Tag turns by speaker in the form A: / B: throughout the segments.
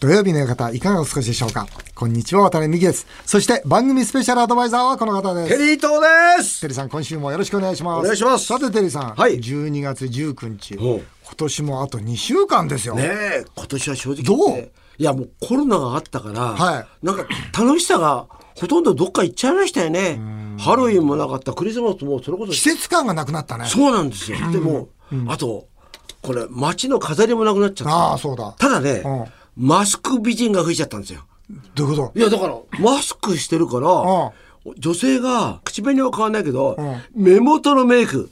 A: 土曜日の方いかがお過ごしでしょうかこんにちは、渡辺美希です。そして、番組スペシャルアドバイザーはこの方です。
B: テリー東です
A: テリーさん、今週もよろしくお願いします。
B: お願いします
A: さて、テリーさん、
B: はい
A: 12月19日、
B: ほう
A: 今年もあと2週間ですよ。
B: ねえ今年は正直
A: どう
B: 言っていやもうコロナがあったから、
A: は
B: なんか楽しさがほとんどどっか行っちゃいましたよねハロウィンもなかったクリスマスもそれこそ
A: 季節感がなくなったね。
B: そうなんですよでも、あとこれ街の飾りもなくなっちゃった
A: ああ、そうだ。
B: ただね、
A: うん
B: マスク美人が増えちゃったんですよ
A: どういうこと
B: いやだからマスクしてるから、女性が口紅は買わないけど、目元のメイク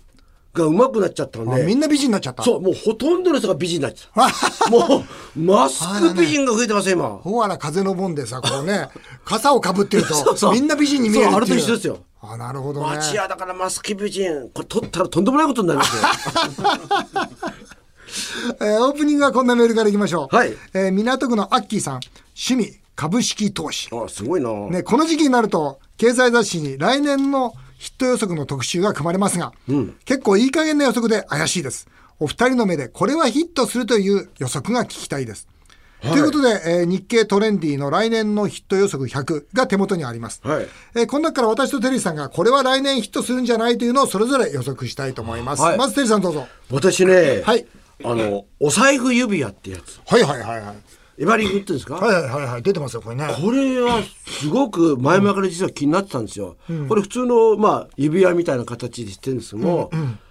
B: がうまくなっちゃったん
A: あ
B: で
A: みんな美人になっちゃった。
B: そう、もうほとんどの人が美人になっちゃった。もう、マスク美人が増えてますよ、今。
A: ほわら風の盆でさ、こうね、傘をかぶってると、
B: そうそう
A: みんな美人に見えるっていう。
B: そうあれと一緒ですよ。
A: あ、なるほどね。
B: 町屋だからマスク美人、これ取ったらとんでもないことになりますよ。
A: えーオープニングはこんなメールからいきましょう。
B: はい
A: えー港区のアッキーさん、趣味、株式投資。
B: あ、すごいな。
A: ね、この時期になると、経済雑誌に来年のヒット予測の特集が組まれますが、結構いい加減な予測で怪しいです。お二人の目でこれはヒットするという予測が聞きたいです。ということで、えー日経トレンディの来年のヒット予測100が手元にあります。
B: はい
A: えーこの中から私とテリーさんがこれは来年ヒットするんじゃないというのをそれぞれ予測したいと思います。
B: はい
A: まずテリーさんどうぞ。
B: 私ね、
A: はい
B: あの、お財布指輪ってやつ。
A: はいはいはいはい。
B: エバリングっていうんですか、
A: はいはいはいはい出てますよこれね。
B: これはすごく前々から実は気になってたんですよ。これ普通の、まあ、指輪みたいな形でしてるんですけども、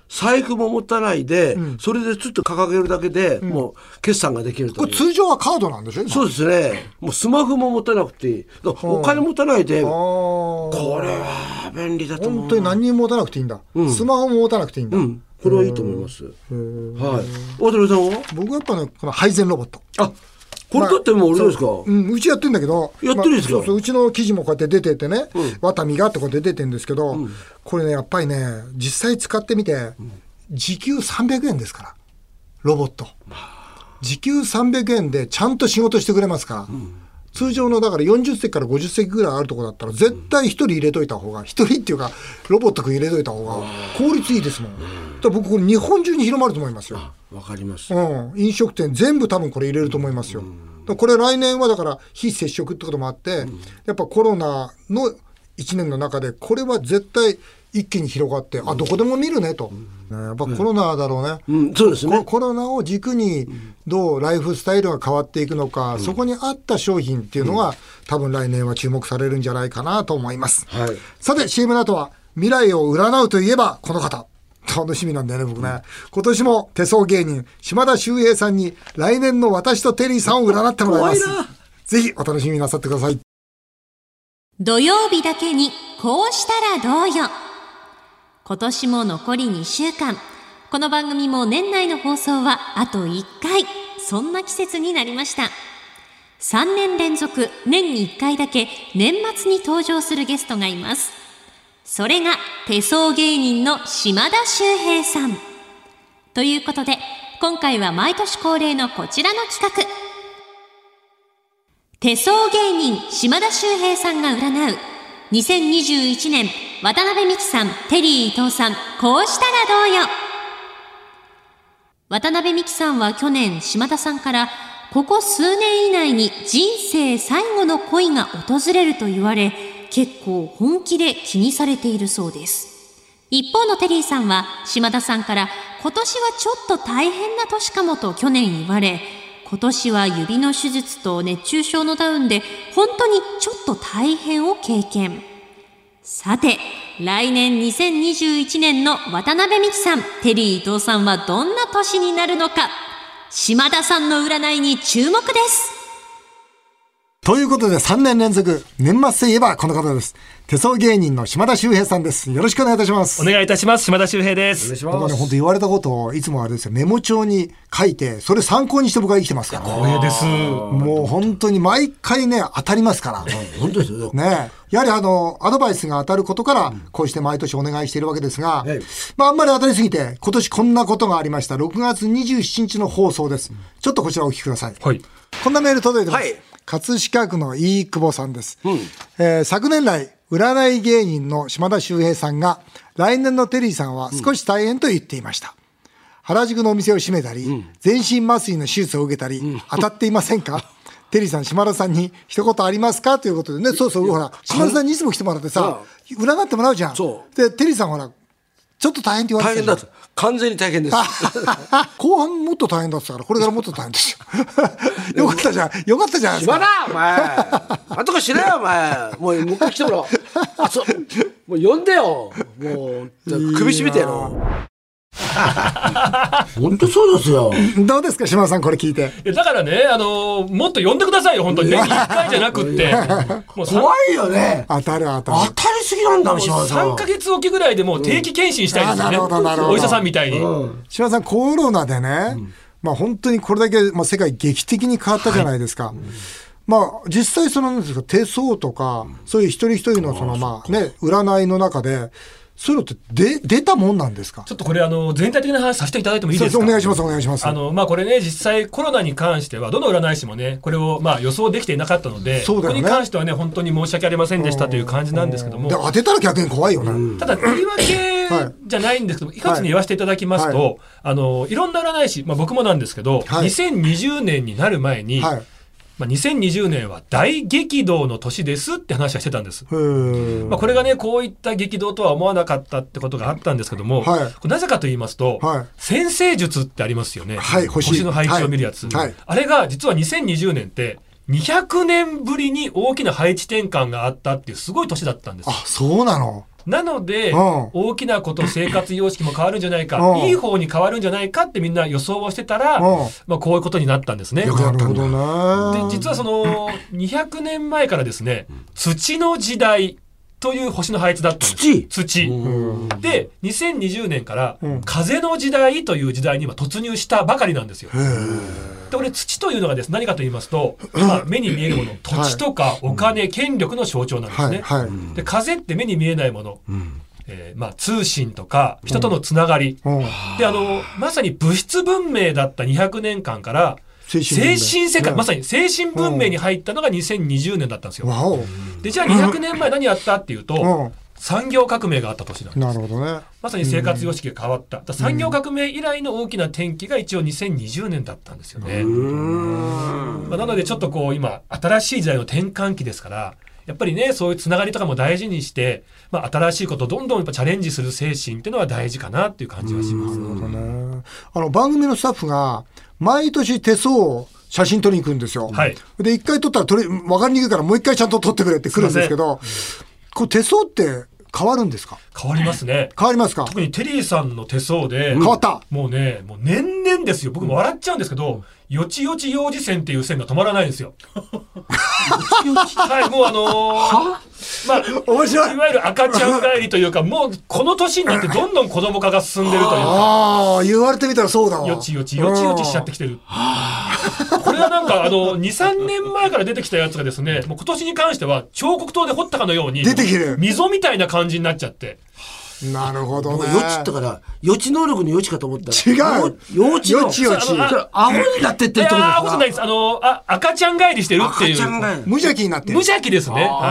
B: 財布も持たないで、それでちょっと掲げるだけで、もう決算ができるという。
A: 通常はカードなんでしょ。今
B: そうですね。もうスマホも持たなくていい。だからお金持たないで、
A: あ
B: こ
A: ー
B: れは便利だと思
A: 本
B: う。
A: 当に何にも持たなくていいんだ。スマホも持たなくていいんだ。
B: うんこれはいいと思います。はい。渡辺さんは
A: 僕はやっぱねこの配膳ロボット。
B: あ、これだってもう俺ですか
A: うん、うちやってんだけど
B: やってるんですか
A: まあそうそううちの記事もこうやって出ててね、ワタミがってこうやって出てるんですけど、これねやっぱりね実際使ってみて時給300円ですからロボット時給300円でちゃんと仕事してくれますから、通常のだから40席から50席ぐらいあるとこだったら絶対1人入れといた方が1人っていうかロボット君入れといた方が効率いいですもん、だから僕これ日本中に広まると思いますよ
B: わかります。
A: うん、飲食店全部多分これ入れると思いますよ。だからこれ来年はだから非接触ってこともあって、やっぱコロナの1年の中でこれは絶対一気に広がって、あどこでも見るねと、ねやっぱコロナだろうね、
B: うん、そうですね。
A: コロナを軸にどうライフスタイルが変わっていくのか、そこに合った商品っていうのが、多分来年は注目されるんじゃないかなと思います、
B: はい
A: さて CM の後は未来を占うといえばこの方楽しみなんだよね僕ね、今年も手相芸人島田秀平さんに来年の私とテリーさんを占ってもらいます
B: 怖いな
A: ぜひお楽しみなさってください
C: 土曜日だけにこうしたらどうよ今年も残り2週間この番組も年内の放送はあと1回そんな季節になりました3年連続年に1回だけ年末に登場するゲストがいますそれが手相芸人の島田秀平さんということで今回は毎年恒例のこちらの企画手相芸人島田秀平さんが占う2021年渡辺美樹さんテリー伊藤さんこうしたらどうよ渡辺美樹さんは去年島田さんからここ数年以内に人生最後の恋が訪れると言われ結構本気で気にされているそうです一方のテリーさんは島田さんから今年はちょっと大変な年かもと去年言われ今年は指の手術と熱中症のダウンで本当にちょっと大変を経験さて、来年2021年の渡辺美樹さん、テリー伊藤さんはどんな年になるのか、島田さんの占いに注目です。
A: ということで3年連続年末といえばこの方です手相芸人の島田秀平さんですよろしくお願いいたします
D: お願いいたします島田秀平です
B: し
A: 僕はね、本当言われたことをいつもあれですよ、メモ帳に書いて、それ参考にして僕は生きてますから、
D: 光栄です
A: もう本当に毎回ね、当たりますから。
B: 本当ですよ。
A: ねやはりあの、アドバイスが当たることから、こうして毎年お願いしているわけですが、
B: はい
A: まああんまり当たりすぎて、今年こんなことがありました。6月27日の放送です。ちょっとこちらお聞きください。
D: はい
A: こんなメール届いてます。
B: はい
A: 葛飾区の飯久保さんです、えー昨年来、占い芸人の島田秀平さんが、来年のテリーさんは少し大変と言っていました。原宿のお店を閉めたり、全身麻酔の手術を受けたり、当たっていませんか テリーさん、島田さんに一言ありますかということでね、そうそう、ほら、島田さんにいつも来てもらってさ、占ってもらうじゃん。
B: そ
A: で、テリーさんほら、ちょっと大変って言わ
B: 大
A: れて
B: 変
A: た
B: だ
A: じ
B: と完全に大変です
A: ゃん 後半もっと大変だって言ったから、これからもっと大変ですよ。 よかったじゃん。よかったじゃないです
B: 暇
A: か。
B: だお 前なんとかしろよお前もうもう一回来てもらおうあそうもう呼んでよもうじゃあ首絞めてやろ う本当そうですよ
A: どうですか、島田さん、これ聞いて。
D: いやだからね、あのーもっと呼んでくださいよ、本当に。年に1回じゃなくって。 もう
B: 怖いよね
A: 当たる当たる
B: 当。たりすぎなんだもん島田さん
D: 3ヶ月おきぐらいでもう定期検診したいですよね。
A: うんあなるほどなるほど
D: お医者さんみたいに。
A: 島田さん、コロナでね、まあ、本当にこれだけ、まあ、世界劇的に変わったじゃないですか。まあ、実際そのなんですか手相とか、そういう一人一人のそのまあね占いの中でそういうのってで出たもんなんですか
D: ちょっとこれ、あの、全体的な話させていただいてもいいです
A: そ
D: か
A: うそうお願いしますお願いします
D: あの、まあ、これね、実際コロナに関しては、どの占い師もね、これを、まあ、予想できていなかったので、
A: そうだよね
D: ここに関してはね、本当に申し訳ありませんでしたという感じなんですけども
A: で、当てたら逆に怖いよね、
D: た だ言い訳
A: はい
D: じゃないんですけど、いかつに言わせていただきますと、、
A: はい
D: あのいろんな占い師、まあ、僕もなんですけど、
A: はい
D: 2020年になる前に、
A: はい
D: まあ、2020年は大激動の年ですって話はしてたんです。
A: へー
D: まあ、これがねこういった激動とは思わなかったってことがあったんですけども、
A: はい
D: これなぜかと言いますと、
A: はい
D: 先星術ってありますよね、
A: はい星
D: の配置を見るやつ、
A: はいはい
D: あれが実は2020年って200年ぶりに大きな配置転換があったっていうすごい年だったんですよ
A: あそうなの
D: なので、
A: うん
D: 大きなこと生活様式も変わるんじゃないか、
A: うん
D: いい方に変わるんじゃないかってみんな予想をしてたら、
A: うん
D: まあ、こういうことになったんですね。で
A: なるほどね
D: 実はその200年前からですね土の時代という星の配置だったんです
B: 土
D: 土で2020年から風の時代という時代に今突入したばかりなんですよ。でこれ土というのがです何かと言いますと、まあ、目に見えるもの土地とかお金、権力の象徴なんですね。
A: はいはい、
D: で風って目に見えないもの、えーまあ、通信とか人とのつながり、
A: うん
D: であのまさに物質文明だった200年間から
A: 精神文
D: 精
A: 明
D: 神世界、
A: うん
D: まさに精神文明に入ったのが2020年だったんですよ。
A: わお
D: でじゃあ200年前何やったっていうと、
A: うん
D: 産業革命があった年なんです。
A: なるほどね
D: まさに生活様式が変わった。だから産業革命以来の大きな転機が一応2020年だったんですよね。まあ、なのでちょっとこう今、新しい時代の転換期ですから、やっぱりね、そういうつながりとかも大事にして、まあ、新しいことをどんどんやっぱチャレンジする精神っていうのは大事かなっていう感じはします。
A: ねあの番組のスタッフが毎年手相を写真撮りに行くんですよ。
D: はい
A: で一回撮ったら撮れ分かりにくいからもう一回ちゃんと撮ってくれって来るんですけどこう手相って変わるんですか
D: 変わりますね。
A: 変わりますか
D: 特にテリーさんの手相で、
A: 変わった
D: もうね、もう年々ですよ。僕も笑っちゃうんですけど、よちよち幼児線っていう線が止まらないんですよ。 はい、もうあのー、まあ、
A: 面白い
D: いわゆる赤ちゃん帰りというか、もうこの年になってどんどん子供化が進んでるというか、
A: ああ言われてみたらそうだわ。
D: よちよち、よちよちしちゃってきてる。これはなんか、あの、2、3年前から出てきたやつがですね、もう今年に関しては彫刻刀で彫ったかのように、
A: 出てきる
D: 溝みたいな感じになっちゃって。
A: うん。なるほど
B: もう
A: ね。
B: 予知ったから予知能力の予知かと思った
A: 違
B: ら
A: う
B: よ予知の
A: 予知予知
B: それアホになってってる
D: い
B: ってことです
D: やー、
B: か
D: ことないです。あの、あ、赤ちゃん帰りしてるっていう。
B: 赤ちゃんがそれ
A: 無邪気になって
D: 無
A: る。
D: 邪気ですね。はいはいはい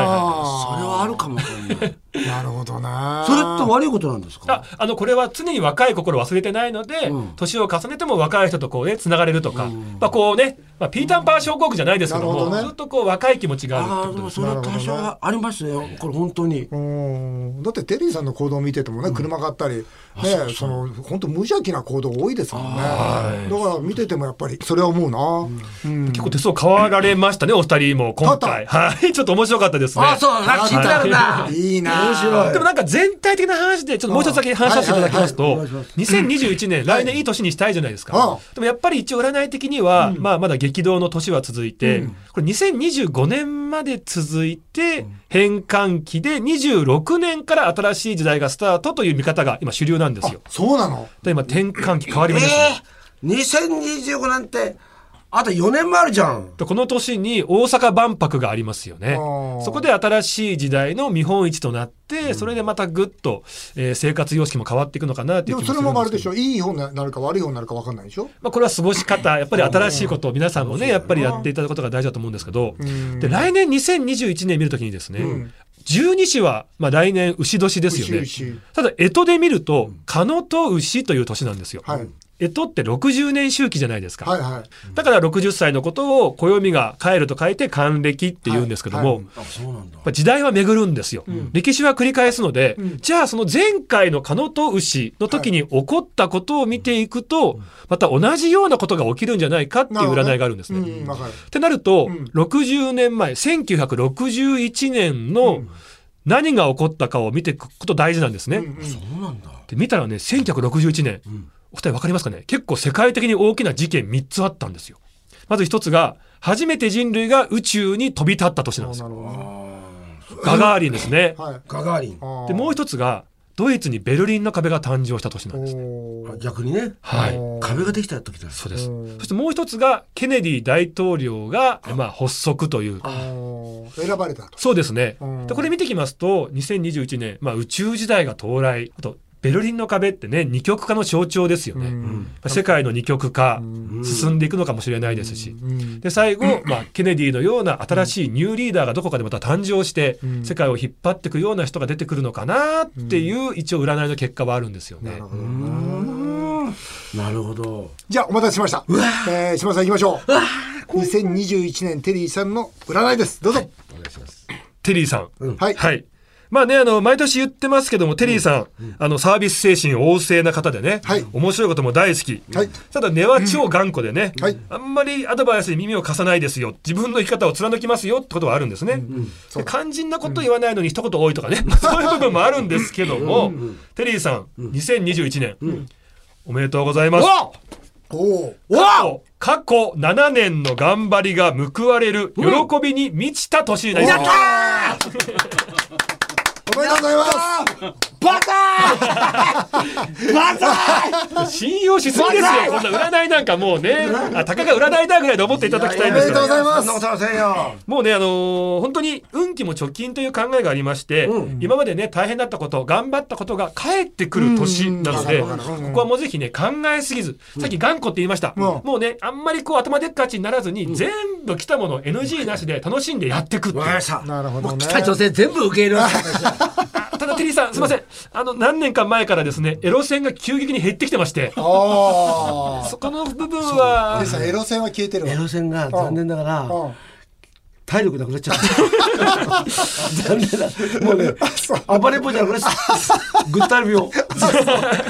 B: はあるかもわかんないそれって
A: なるほどね。
B: 悪いことなんです
D: あ
B: か
D: あのこれは常に若い心を忘れてないので、年を重ねても若い人とこうねつながれるとか、まあこうね、まあ、ピータンパン症候群じゃないですけど
A: なる
D: も
A: ほどね
D: ずっとこう若い気持ちがあるって
B: ああ
D: こ
B: で
D: と
B: も
D: です
B: それは多少はありますよこれ本当に
A: うんだってテリーさんの行動を見ててもね、車買ったり、ね、その本当無邪気な行動多いですもんね。だから見ててもやっぱりそれは思うな。うん
D: 結構手相変わられましたねお二人も今回はい ちょっと面白かったですね
B: あそうなんか気になるない
A: いな。面
D: でもなんか全体的な話でちょっともう一つだけ話させていただきま
B: は
D: す
B: い
D: と
B: はいはいはい
D: 2021年来年いい年にしたいじゃないです
A: ああ
D: かでもやっぱり一応占い的にはまあまだ激動の年は続いてこれ2025年まで続いて変換期で26年から新しい時代がスタートという見方が今主流なんですよ
A: そうなの。
D: で今転換期変わ
B: え
D: り目ですね
B: え2025なんてあと4年もあるじゃん
D: でこの年に大阪万博がありますよね
A: あー
D: そこで新しい時代の見本市となって、それでまたぐっと、えー生活様式も変わっていくのかなって
A: で
D: いう
A: も
D: 気もす
A: そ
D: る
A: れ
D: んですけど
A: もあれでしょ。いい方になるか悪い方になるか分かんないでしょ。
D: まあ、これは過ごし方やっぱり新しいことを皆さんもねやっぱりやっていただくことが大事だと思うんですけどで来年2021年見るときにですね、十二支は、まあ、来年牛年ですよね
A: 牛牛
D: ただ干支で見ると「かのと牛」という年なんですよ。
A: はい
D: えとって60年周期じゃないですか。
A: はいはい。
D: だから60歳のことを暦が帰ると書いて還暦って言うんですけども、
A: はいは
B: あそうなんだ
D: やっぱ時代は巡るんですよ、歴史は繰り返すので、じゃあその前回の狩野と牛の時に起こったことを見ていくと、また同じようなことが起きるんじゃないかっていう占いがあるんですね。
A: うん、わかる。
D: ってなると、
A: ん
D: 60年前1961年の何が起こったかを見ていくこと大事なんですね。
A: うんうん
B: そうなんだ
D: で見たらね1961年、お二人分かりますかね結構世界的に大きな事件3つあったんですよ。まず1つが初めて人類が宇宙に飛び立った年なんです
A: な
D: よ。
A: るほどね。
D: ガガーリンですね。
A: はい。
B: ガガーリン
A: あー
D: でもう1つがドイツにベルリンの壁が誕生した年なんです。
A: お
B: あ
A: ー
B: 逆にね
D: はい。
A: おー
B: 壁ができた時だ
D: そうです
A: うん。
D: そしてもう1つがケネディ大統領がまあ発足という。
A: おー選ばれたと。
D: そうですね
A: うん。
D: でこれ見てきますと2021年、まあ、宇宙時代が到来あとベルリンの壁ってね二極化の象徴ですよね。
A: うん
D: まあ世界の二極化
A: ん
D: 進んでいくのかもしれないですし。
A: うん
D: で最後、まあ、ケネディのような新しいニューリーダーがどこかでまた誕生して、
A: うん
D: 世界を引っ張っていくような人が出てくるのかなっていう一応占いの結果はあるんですよね。
A: なるほど
B: うー
A: ね。
B: んなるほど
A: じゃあお待たせしました。えー、島田さん行きましょう。2021年テリーさんの占いです。どうぞ。
B: お願いします
D: テリーさん、
A: はい。
D: はい。まあね、あの、毎年言ってますけども、テリーさん、あの、サービス精神旺盛な方でね、
A: はい
D: 面白いことも大好き。
A: はい
D: ただ、根は超頑固でね、
A: うんはい
D: あんまりアドバイスに耳を貸さないですよ。自分の生き方を貫きますよってことはあるんですね。
A: そう
D: で肝心なこと言わないのに一言多いとかね、まあ そういう部分もあるんですけども、テリーさん、2021年、おめでとうございます。
A: おお。
D: 過去過去7年の頑張りが報われる喜びに満ちた年になりました。
A: おめでとうございます。
B: バカーバカー
D: 信用しすぎですよ。こんな占いなんかもうね、あたかが占いだぐらいで思っていただきたいんです
A: おめで
D: か
A: とうござ
D: ら。
A: います
B: そんなことはせんよ
D: もうね、あのー本当に運気も貯金という考えがありまして、今までね、大変だったこと、頑張ったことが返ってくる年なの
A: う
D: で、こ
A: んわかるわかる
D: こはもうぜひね、考えすぎず、さっき頑固って言いました。
A: ん
D: もうね、あんまりこう頭でっかちにならずに、全部来たものを NG なしで楽しんでやってくってい
B: わかり
D: う
B: ま。した
A: なるほどね
B: もう来た女性全部受け入れました
D: あただ、テリーさん、すいません。あの、何年か前からですね、エロ線が急激に減ってきてまして、
A: おー。
D: そこの部分は
A: テリー、さんエロ線は消えてるわ。
B: エロ戦が残念ながら
A: うん
B: 体力なくなっ ちゃった残念だもうね暴れん坊じゃなくなっちゃったぐったり病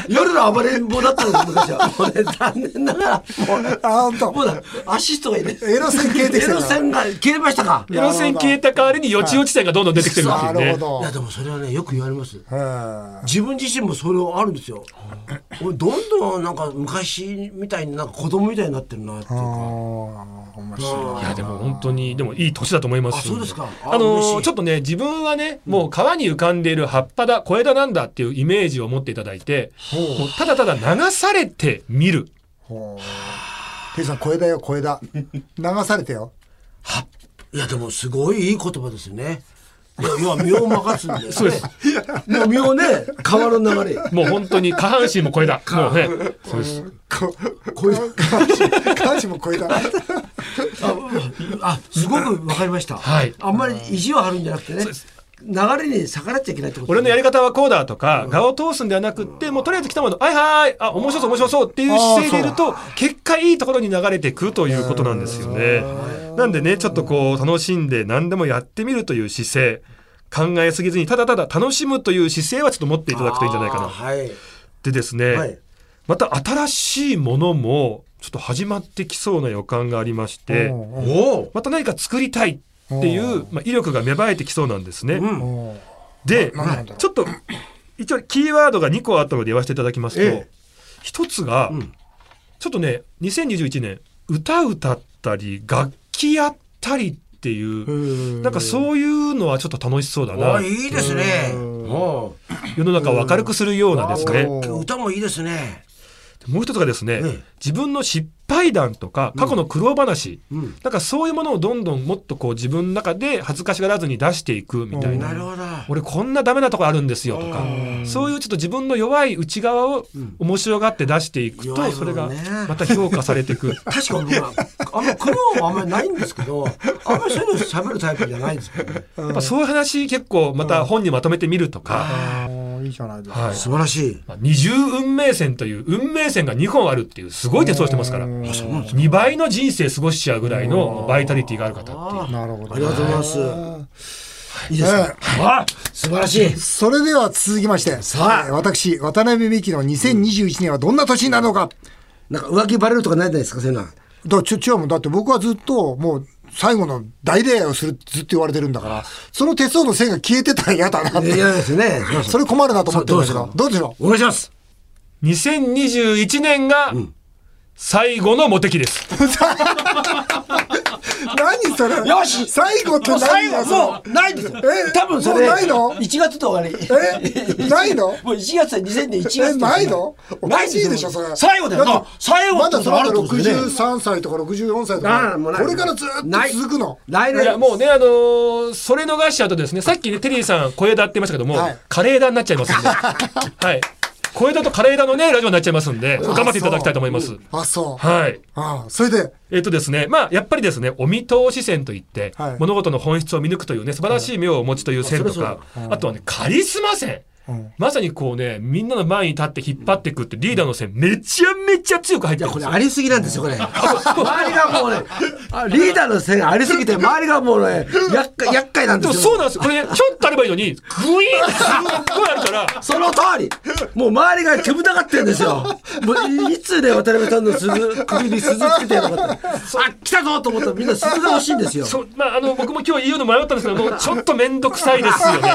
B: 夜の暴れん坊だったの昔はもうね残念ながらもうね
A: あ、ほんと
B: もうだアシストがいる
A: エロ線消えてき
B: エ
A: てる
B: ロ
A: から。
B: 戦が消えましたか
D: エロ線消えた代わりによちよち線がどんどん出てきてるってい
A: な
D: う
A: る
D: ね
A: ほ。ど
B: いや。でもそれはねよく言われます
A: うん
B: 自分自身もそれはあるんですよ俺どんどんなんか昔みたいになんか子供みたいになってるなっていう
A: あー
B: か
A: 面白い。
D: いやでも本当にでもいい年だと思います。
B: あそうですかあ
D: あの
B: 嬉し
D: ー
B: い
D: ちょっとね自分はねもう川に浮かんでいる葉っぱだ小枝なんだっていうイメージを持っていただいて、もうただただ流されてみる。
A: ほうテリーさん、小枝よ、小枝。流されてよ。
B: いやでもすごいいい言葉ですよねいや要は身を任すんで
D: そうです。
B: もう身をね川の流れ
D: もう本当に下半身も小枝。もうね。そうです。
A: こ
B: こういう
A: 下半身も小枝。
B: ああすごくわかりました、
D: はい
B: あんまり意地を張るんじゃなくてね流れに逆らっちゃいけないってこと
D: 俺のや
B: ね
D: り方はこうだとか、画を通すんではなくって、もうとりあえず来たもの、はいはい、あ、面白そう面白そうっていう姿勢でいると、結果いいところに流れてくということなんですよね。なんでね、ちょっとこう、楽しんで何でもやってみるという姿勢、考えすぎずに、ただただ楽しむという姿勢はちょっと持っていただくといいんじゃないか
B: あ
D: な。
B: はい
D: でですね、
B: はい
D: また新しいものも、ちょっと始まってきそうな予感がありまして、
A: うん
B: おお
D: また何か作りたいっていう、まあ、威力が芽生えてきそうなんですね。
B: うん
A: うん
D: で
A: ななんだろう、
D: ちょっと、一応キーワードが2個あったので言わせていただきますと
B: ええ、
D: 一つが
B: ん、
D: ちょっとね、2021年、歌歌ったり、楽器やったりっていう、なんかそういうのはちょっと楽しそうだ
B: あ
D: な。
B: いいですねお
D: 世の中を明るくするようなですね。
A: うん
B: お歌もいいですね
D: もう一つがですね、
B: ええ
D: 自分の失敗談とか過去の苦労話、
B: うん
D: なんかそういうものをどんどんもっとこう自分の中で恥ずかしがらずに出していくみたいな
B: なるほど
D: 俺こんなダメなとこあるんですよとかそういうちょっと自分の弱い内側を面白がって出していく
B: 弱い部
D: とそれ
B: 分
D: が
B: ね
D: また評価されて いく
B: 確かに僕はあんま苦労はあんまりないんですけどあんまりそういうの喋るタイプじゃないんですけどね
D: やっぱそういう話結構また本にまとめてみるとか
A: いいいじゃないですか。
D: はい
B: 素晴らしい。
D: まあ、二重運命線という運命線が2本あるっていうすごい手相してますから
A: うん
B: そうなんです
D: 2倍の人生過ごしちゃうぐらいのバイタリティがある方っていう。
A: なるほど。
B: ありがとうございますいいですね
A: ね。
D: あ
B: 素晴らしい。
A: それでは続きまして、
B: さあ
A: えー私、渡辺美樹の2021年はどんな年になるのか。
B: なんか浮気バレるとかないじゃないですか、そういうのは。
A: だちょ違うもんだって僕はずっともう最後の大恋愛をするってずっと言われてるんだからその手相の線が消えてたら嫌だなっ
B: いや
A: て
B: いやですよね。
A: それ困るなと思ってるんだけど
B: さあ
A: どうでしょ
B: お願いします。
D: 2021年が最後のモテ期です。
A: う何それ
B: よし
A: 最後って
B: もう
A: 何
B: 最
A: よ
B: 後もうないですよ
A: え。
B: 多分そ
A: もう
B: れ
A: ないの
B: 一月と終わり。
A: えないの
B: もう一月二千年一
A: え
B: 月。
A: ないのお
B: な
A: か
B: い
A: しいでしょそれ
B: 最後だよ。
A: だ
B: だ
A: っ
B: か
A: て
B: ら最後
A: ま
B: って
A: だ
B: こ
A: そ
B: とが
A: の
B: あるって
A: 後
B: ことですね。
A: 63歳とか64歳と
B: あ
A: か
B: あもうない
A: これからずっ
B: ない
A: と続くの
B: 来
D: いや
B: 年
D: もうねあのーそれ逃しちゃうとですねさっきねテリーさん小枝って言いましたけども、
A: はい
D: カレー枝になっちゃい ますんではい小枝とカレー枝のねラジオになっちゃいますんで頑張っていただきたいと思います。
A: あそう
D: はい
A: ああそれで
D: えっとですね、まあ、やっぱりですね、お見通し線といって、
A: はい
D: 物事の本質を見抜くというね、素晴らしい目をお持ちという線とか、あとはね、カリスマ線。まさにこうね、みんなの前に立って引っ張っていくってリーダーの線、めちゃめちゃ強く入
B: い
D: って
B: や
D: くる
B: これ
D: んですよ。
B: ありすぎなんですよこれ周りがもうねあリーダーの線がありすぎて周りがもうね厄介厄介なんで
D: でも
B: すよ
D: そうなんですよ。これね、ちょっとあればいいのに、グイーンってすっごいあるから、
B: その通りもう周りが煙たがってるんですよもういつね渡辺さんの鈴首に鈴つけてやろうかってあ来たぞと思ったらみんな鈴が欲しいんですよ
D: そうまあ、あの僕も今日言うの迷ったんですけども、ちょっと面倒くさいですよね。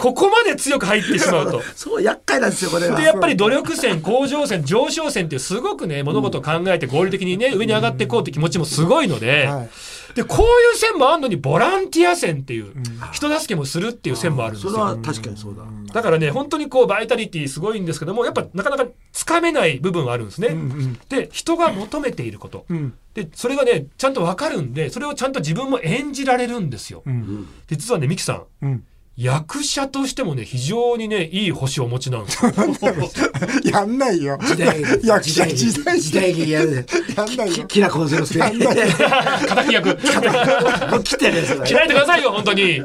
D: ここまで強く入ってしまうと。
B: そう厄介なんですよこれが
D: でやっぱり努力線、向上線、上昇線っていうすごくね、物事を考えて合理的にね、上に上がっていこうって気持ちもすごいので、
A: はい
D: で、こういう線もあるのに、ボランティア線っていう、人助けもするっていう線もあるんです
B: それ
D: よ。
B: は確かにそうだ
D: だからね、本当にこう、バイタリティすごいんですけども、やっぱなかなかつかめない部分はあるんですね。で、人が求めていること。で、それがね、ちゃんとわかるんで、それをちゃんと自分も演じられるんですよ。
A: ん
D: で、実はね、ミキさん、
A: うん
D: 役者としてもね、非常にね、いい星をお持ちなんですよ。
A: やんないよ
B: 時代劇
A: 役者時代劇
B: 時代劇やるね
A: やん ないよ
B: きらこの先生
A: やんないよ
D: 敵 役
B: もう来てるやつだ
D: 嫌いでくださいよ本当に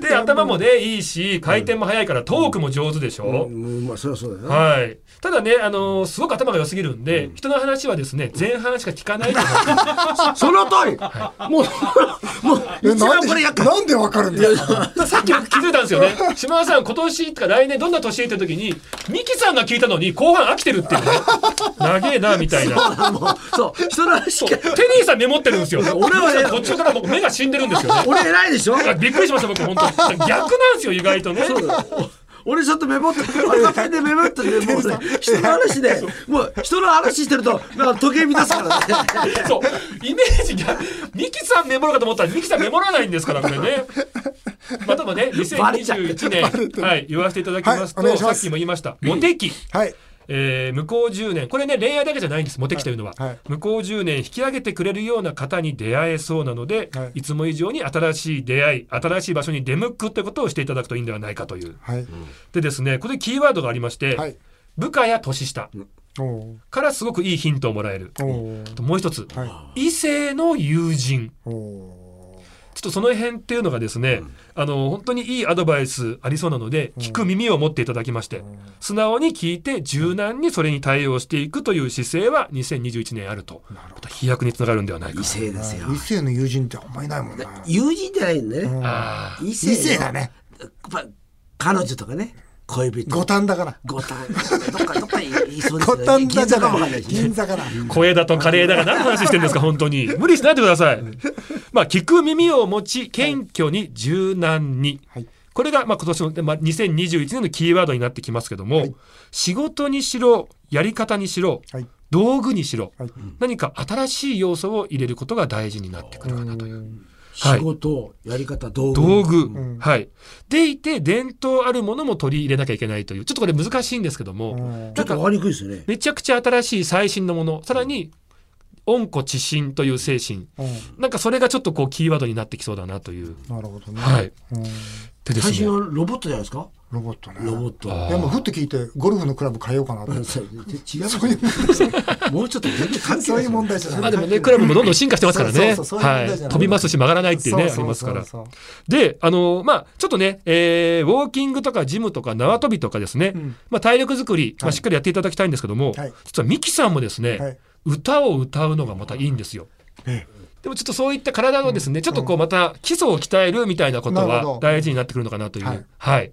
D: で頭もねいいし回転も早いからトークも上手でしょ、
B: うんまあそりゃそうだよな
D: はい、ただね、あのーすごく頭が良すぎるんで、人の話はですね前半しか聞かないと思う
B: その通りもうもう
A: え
B: 一
A: なん
B: 番
A: で
B: これ厄介
A: なんでわかるんだよ
D: さっき僕気づいたんですよね島田さん今年とか来年どんな年って時にミキさんが聞いたのに後半飽きてるっていうね長えなみたいな
B: あもうそう人の話聞
D: テ
B: か
D: リーさんメモってるんですよ
B: 俺はね
D: ミキさん途中から僕目が死んでるんですよね
B: 俺偉いでしょ
D: びっくりしました僕本当逆なんですよ意外とね
B: そうだ俺ちょっとメモって若手でメモっててもうね人の話でもう人の話してるとなんか時計乱すからね
D: そう、イメージが、ミキさんメモるかと思ったら、ミキさんメモらないんですから、これね。まあ、でもね、
B: バレちゃう
D: 2021年、はい、言わせていただきますと、
A: はいお願いし
D: さ
A: ま
D: っ
A: す
D: きも言いました、モテ期。
A: はい
D: えー向こう10年これね恋愛だけじゃないんですモテ期というのは、
A: はいはい
D: 向こう10年引き上げてくれるような方に出会えそうなので、
A: はい
D: い、つも以上に新しい出会い新しい場所に出向くということをしていただくといいんではないかという
A: はい
D: でですねこれキーワードがありまして、
A: はい
D: 部下や年下
A: おお
D: からすごくいいヒントをもらえる
A: ーお
D: あともう一つ、
A: は
D: 異性の友人
A: ーおー
D: ちょっとその辺っていうのがですね、あの本当にいいアドバイスありそうなので、聞く耳を持っていただきまして、素直に聞いて柔軟にそれに対応していくという姿勢は2021年あると、また飛躍につながるんではないか
B: 異。性ですよ
A: 異性の友人ってあんまいないもんね
B: 友人じゃないんだね
D: あ
B: 異性
A: 異性だね
B: やっぱ彼女とかね恋人
A: 五反田から
B: 五反どっかどっかいそうです
A: 五
B: よね
A: 反
B: 銀
A: 田
B: 座
A: じゃ
B: かもわかん
A: な
B: ない
A: い
B: しね
A: 銀座から
D: ー小枝とカレーだが何の話してるんですか本当に無理しないでください。まあ聞く耳を持ち謙虚に柔軟に、
A: はい
D: これがまあ今年の、まあ、2021年のキーワードになってきますけども、仕事にしろやり方にしろ、
A: はい
D: 道具にしろ、
A: はい
D: 何か新しい要素を入れることが大事になってくるかなという。
B: 仕事やり方道具
D: 道具、
A: ん
D: はい。でいて、伝統あるものも取り入れなきゃいけないという、ちょっとこれ難しいんですけども、
A: うん
B: ちょっとわかりにくいですよね
D: めちゃくちゃ新しい最新のもの、さらに、温故知新という精神、
A: うん
D: なんかそれがちょっとこうキーワードになってきそうだなという。
A: なるほどね
D: はい。
A: うん
D: でで
B: 最
D: す
B: 新
D: ね。
B: はロボットじゃないですか
A: ロボットね。
B: ロボット
A: いや、もうふっと聞いて、ゴルフのクラブ変えようかなと
B: う
A: 思
B: ん
A: って。
B: それ違 う
A: そういう
B: もうちょっと全然関係
A: そう
B: ない
A: いう問題じゃない。
D: まあでもね、クラブもどんどん進化してますからね。
A: そうそうそうそういう
D: は
A: 問
D: い。
A: 題じゃない
D: 飛びますし曲がらないっていうね、あ
A: そ
D: り
A: うそ
D: ま
A: う
D: す
A: そうそ
D: か
A: う
D: ら。で、あのまあ、ちょっとね、えーウォーキングとかジムとか縄跳びとかですね、
A: うん
D: まあ、体力作り、ま
A: は
D: あ、
A: い
D: しっかりやっていただきたいんですけども、
A: はい
D: 実はミキさんもですね、
A: はい
D: 歌を歌うのがまたいいんですよ。
A: え
D: でもちょっとそういった体のですね、ちょっとこうまた基礎を鍛えるみたいなこと
A: なるほ
D: は
A: ど
D: 大事になってくるのかなという。は
A: はいい、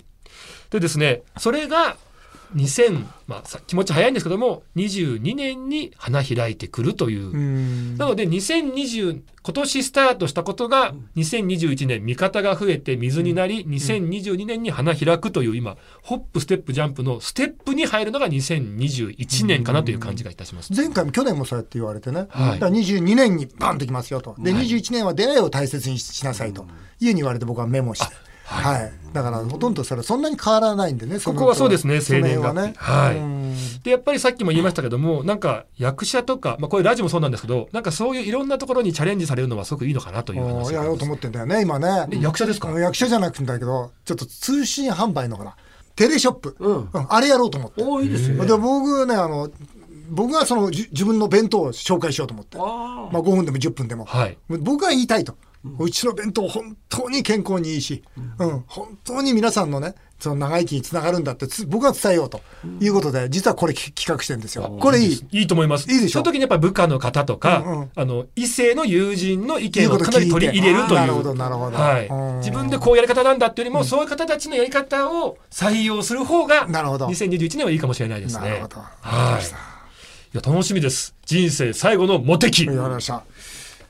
D: でですね、それが2000、まあ、さ気持ち早いんですけども、22年に花開いてくるという。
A: うん
D: なので2020今年スタートしたことが2021年味方が増えて水になり2022年に花開くという今ホップステップジャンプのステップに入るのが2021年かなという感じがいたします。
A: 前回も去年もそうやって言われてね、
D: は
A: だ
D: い
A: から22年にバンときますよと、で21年は出会いを大切にしなさいというふうに言われて、僕はメモして、はいだからほとんどそれ、そんなに変わらないんでね、
D: こ
A: その
D: こはそうですね、
A: その
D: 青年が。
A: 辺はね、
D: はい、
A: うん
D: でやっぱりさっきも言いましたけどもなんか役者とか、まあ、こういうラジオもそうなんですけどなんかそういういろんなところにチャレンジされるのはすごくいいのかなという
A: お
D: 話
A: ーやろうと思
D: っ
A: ってんだよね、今ね。
D: で役者ですか
A: うん役者じゃなくてんだけど、ちょっと通信販売のほら、テレショップ、
B: うん
A: うんあれやろうと思って。
B: 多いですよね
A: で僕ねあの僕がそのじ自分の弁当を紹介しようと思って
B: あ
A: まあ、5分でも10分でも、
D: はい
A: 僕が言いたいと、うちの弁当本当に健康にいいし、うん本当に皆さんのねその長生きにつながるんだってつ僕が伝えようということで、実はこれき企画してるんですよ。これいい
D: いいと思います。
A: いいでし
D: そ
A: ょ
D: の時にやっぱり部下の方とか、
A: うんうん
D: あの異性の友人の
A: い
D: 意
A: い
D: 見を
A: こと
D: かなり取り入れるという。
A: なるほどなるほど、
D: は
A: うん
D: い、自分でこうやり方なんだっていうよりも、そういう方たちのやり方を採用する方が
A: なるほど
D: 2021年はいいかもしれないですね。
A: なるほど
D: はい。いや楽しみです。人生最後のモテ期。
A: わかりました。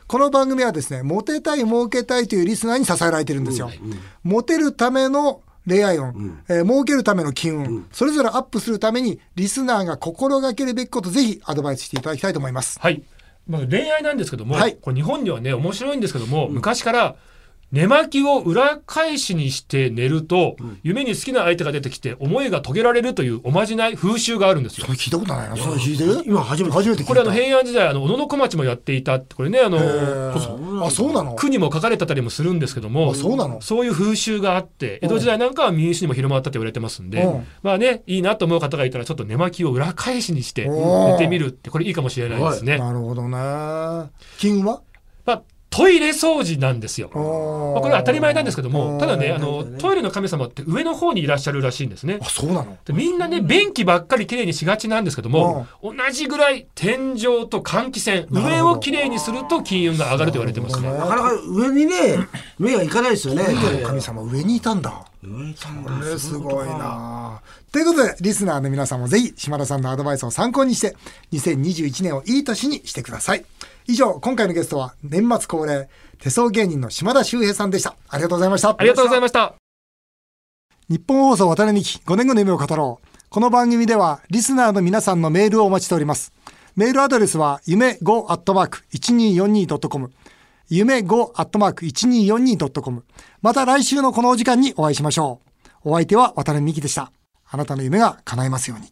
A: この番組はですね、モテたい、儲けたいというリスナーに支えられてるんですよ。モテるための恋愛音、えー儲けるための金運、それぞれアップするために、リスナーが心がけるべきこと、ぜひアドバイスしていただきたいと思います。
D: はい。まあ恋愛なんですけども、
A: はい
D: これ日本ではね面白いんですけども、昔から寝巻きを裏返しにして寝ると、夢に好きな相手が出てきて思いが遂げられるというおまじない風習があるんですよ。
A: 聞いたことないな、それ聞いて
B: あ今初めて
A: 初めて聞いた。
D: これあの平安時代あの小野小町もやっていたってこれねあの
A: えーあ、そうなの
D: 句にも書かれてたりもするんですけども
A: あそうなの
D: そういう風習があって江戸時代なんかは民主にも広まったと言われてますんで、
A: うん
D: まあねいいなと思う方がいたらちょっと寝巻きを裏返しにして
A: おー
D: 寝てみるってこれいいかもしれないですね。
A: なるほどね。金運は
D: まあ、トイレ掃除なんですよ。まあ、これは当たり前なんですけどもただねあのトイレの神様って上の方にいらっしゃるらしいんですね
A: あ、。そうなの
D: でみんなね便器ばっかりきれいにしがちなんですけども同じぐらい天井と換気扇
A: なるほど
D: 上をきれいにすると金運が上がると言われてますね。
B: なかなか上にね目がいかないですよね
A: 神様、上にいたんだ。
B: 上にいたん
A: こ
B: だ
A: れすごいなということでリスナーの皆さんもぜひ島田さんのアドバイスを参考にして2021年をいい年にしてください以上今回のゲストは年末恒例手相芸人の島田秀平さんでしたありがとうございました
D: ありがとうござい
A: ま
D: ました。
A: す日本放送渡辺美希5年後の夢を語ろうこの番組ではリスナーの皆さんのメールをお待ちしておりますメールアドレスは夢 5-1242.com 夢 5-1242.com また来週のこのお時間にお会いしましょうお相手は渡辺美希でしたあなたの夢が叶いますように